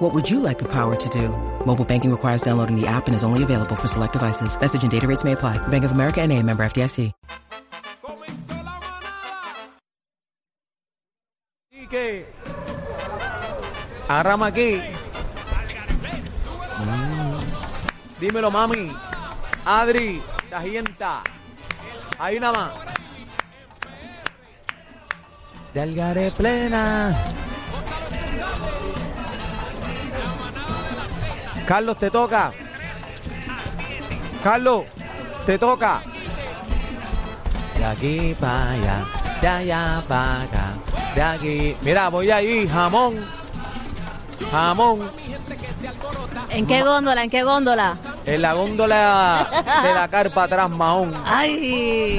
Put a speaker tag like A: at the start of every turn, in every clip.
A: What would you like the power to do? Mobile banking requires downloading the app and is only available for select devices. Message and data rates may apply. Bank of America and a member FDIC.
B: Comenzó la manada. Y que arrama aquí. Mm. Dímelo, mami. Adri, tajienta. Hay una más. De Algaré plena. Carlos, te toca. Carlos, te toca. De aquí para allá, de allá para acá, de aquí. Mira, voy ahí, jamón. Jamón
C: ¿En qué góndola? ¿En qué góndola?
B: en la góndola de la carpa atrás, Mahón.
C: ¡Ay!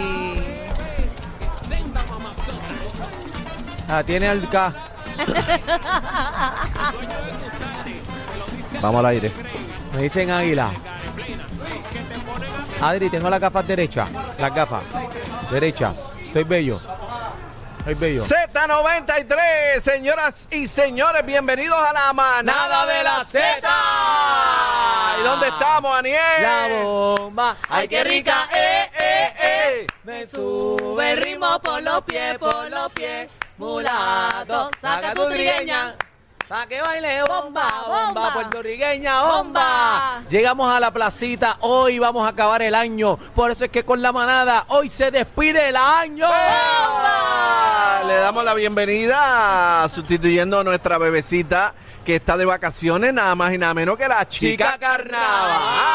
B: La Ah, tiene al K. Vamos al aire. Me dicen águila. Adri, tengo las gafas derechas. Las gafas. Derecha. Estoy bello. Estoy bello.
D: Z93, señoras y señores, bienvenidos a la manada de la Z. ¿Y dónde estamos,
B: La
D: Aniel?
B: bomba.
D: ¡Ay, qué rica! ¡Eh, eh, eh!
B: Me sube
C: el ritmo por los pies, por los pies. Mulato, saca tu trigueña.
B: Pa' que baile bomba, bomba,
C: Bomba, bomba.
B: puertorriqueña, bomba.
C: Bomba.
B: Llegamos a la placita, hoy vamos a acabar el año. Por eso es que con la manada hoy se despide el año.
D: Ah, Le damos la bienvenida, sustituyendo a nuestra bebecita que está de vacaciones, nada más y nada menos que la chica
B: Chica
C: ¡Qué
D: carnaval.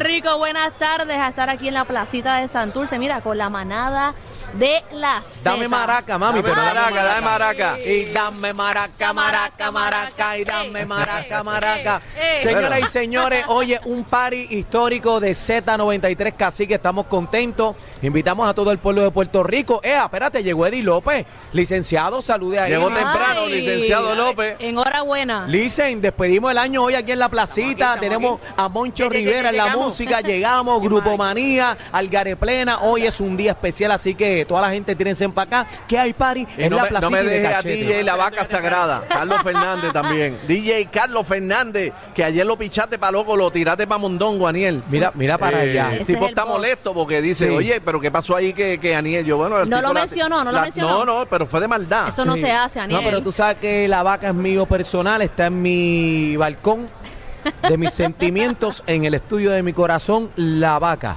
C: rico! Buenas tardes a estar aquí en la placita de Santurce. Mira, con la manada de la Z.
B: Dame maraca, mami,
D: Dame
B: pero
D: maraca, dame maraca.
B: Y dame maraca, maraca, maraca, y dame
C: Eh,
B: maraca,
C: eh,
B: maraca.
C: eh, eh.
B: Señoras
D: Bueno.
B: y señores, oye, un party histórico de Z93 Cacique, estamos contentos. Invitamos a todo el pueblo de Puerto Rico. Eh, espérate, llegó Eddie López, licenciado, salude a él.
D: Llegó temprano, licenciado López.
C: Enhorabuena.
B: Licen, despedimos el año hoy aquí en la placita. Tenemos a Moncho Rivera en la música. Llegamos, Grupo Manía, Algaré Plena. Hoy es un día especial, así que toda la gente tírense para acá. Que hay party
D: Y
B: en
D: no,
B: la
D: me, no
B: placita.
D: me
B: y de
D: deje a
B: cachete.
D: DJ La Vaca Sagrada, Carlos Fernández también. DJ Carlos Fernández, que ayer lo pichaste para loco, lo tiraste para Mondongo, Aniel.
B: Mira, mira para
D: Eh,
B: allá.
C: Ese
D: El tipo
C: es el
D: está
C: boss.
D: molesto porque dice,
B: Sí.
D: oye, pero ¿qué pasó ahí que, que Aniel? Yo, bueno, el
C: No
D: tipo
C: lo
D: la-
C: mencionó, no lo
D: la-
C: mencionó.
D: No, no, pero fue de maldad.
C: Eso no se hace,
B: No,
C: Aniel.
B: pero tú sabes que la vaca es mío personal, está en mi balcón de mis sentimientos, en el estudio de mi corazón, la vaca.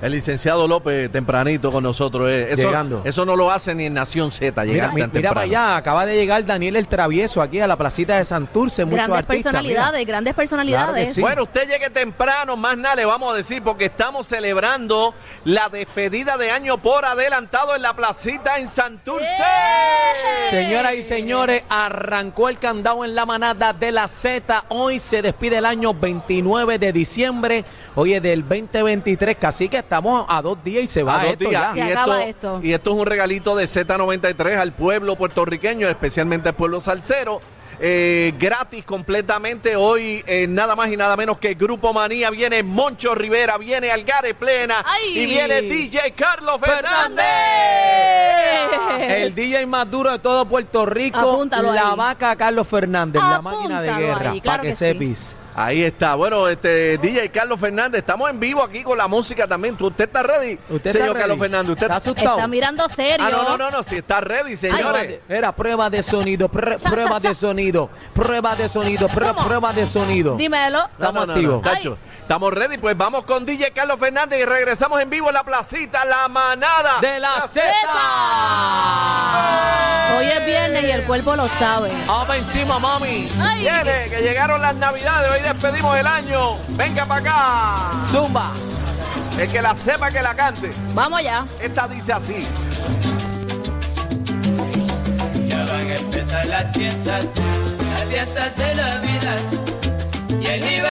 D: El licenciado López tempranito con nosotros. eh. Eso,
B: Llegando.
D: Eso no lo hace ni en Nación Z, llegar
B: Mira,
D: tan
B: mi- mira
D: temprano.
B: para allá, acaba de llegar Daniel el Travieso aquí a la placita de Santurce, muchos
C: Grandes
B: artistas.
C: personalidades,
B: mira.
C: grandes personalidades.
B: sí.
D: Bueno, usted llegue temprano, más nada le vamos a decir porque estamos celebrando la despedida de año por adelantado en la placita en Santurce.
C: ¡Eh!
B: Señoras y señores, arrancó el candado en la manada de la Z. Hoy se despide el año 29 de diciembre. Hoy es del 2023, casi que estamos a dos días y se va
D: A dos
B: esto
D: días.
B: ya.
C: Se acaba esto.
D: y esto es un regalito de Z93 al pueblo puertorriqueño, especialmente al pueblo salsero. Eh, gratis completamente hoy, eh, nada más y nada menos que Grupo Manía. Viene Moncho Rivera, viene Algaré Plena
C: ¡Ay!
D: y viene DJ Carlos Fernández.
B: El DJ más duro de todo Puerto Rico,
C: Apúntalo
B: la
C: ahí.
B: vaca Carlos Fernández, la máquina de
C: Apúntalo
B: guerra,
C: ahí,
B: para
C: claro
B: que,
C: que sí.
B: sepis.
D: Ahí está, bueno, este DJ Carlos Fernández, estamos en vivo aquí con la música también. ¿Tú- ¿Usted está ready?
B: Usted está
D: señor
B: ready?
D: Carlos Fernández, usted
B: ¿Está asustado?
C: Está mirando serio.
D: Ah, no, no, no, no, si está
B: Prueba
D: ready, señores.
B: de- Era prueba de sonido, pr-
C: Sa-
B: prueba
C: sa- sa-
B: de sonido, prueba de sonido, pr-
C: ¿Cómo?
B: prueba de sonido.
C: Dímelo.
D: No,
B: Estamos
D: no, no,
B: activos.
D: no, chacho. estamos ready, pues vamos con DJ Carlos Fernández y regresamos en vivo en la placita La Manada.
B: De la Z.
C: Hoy es viernes y el cuerpo lo sabe.
B: Vamos encima, mami.
C: ¡Ay!
D: Viene, que llegaron las navidades, hoy despedimos el año. Venga para acá.
B: Zumba.
D: El que la sepa que la cante.
C: Vamos allá.
D: Esta dice así.
E: Ya van a empezar las fiestas, las fiestas de Navidad.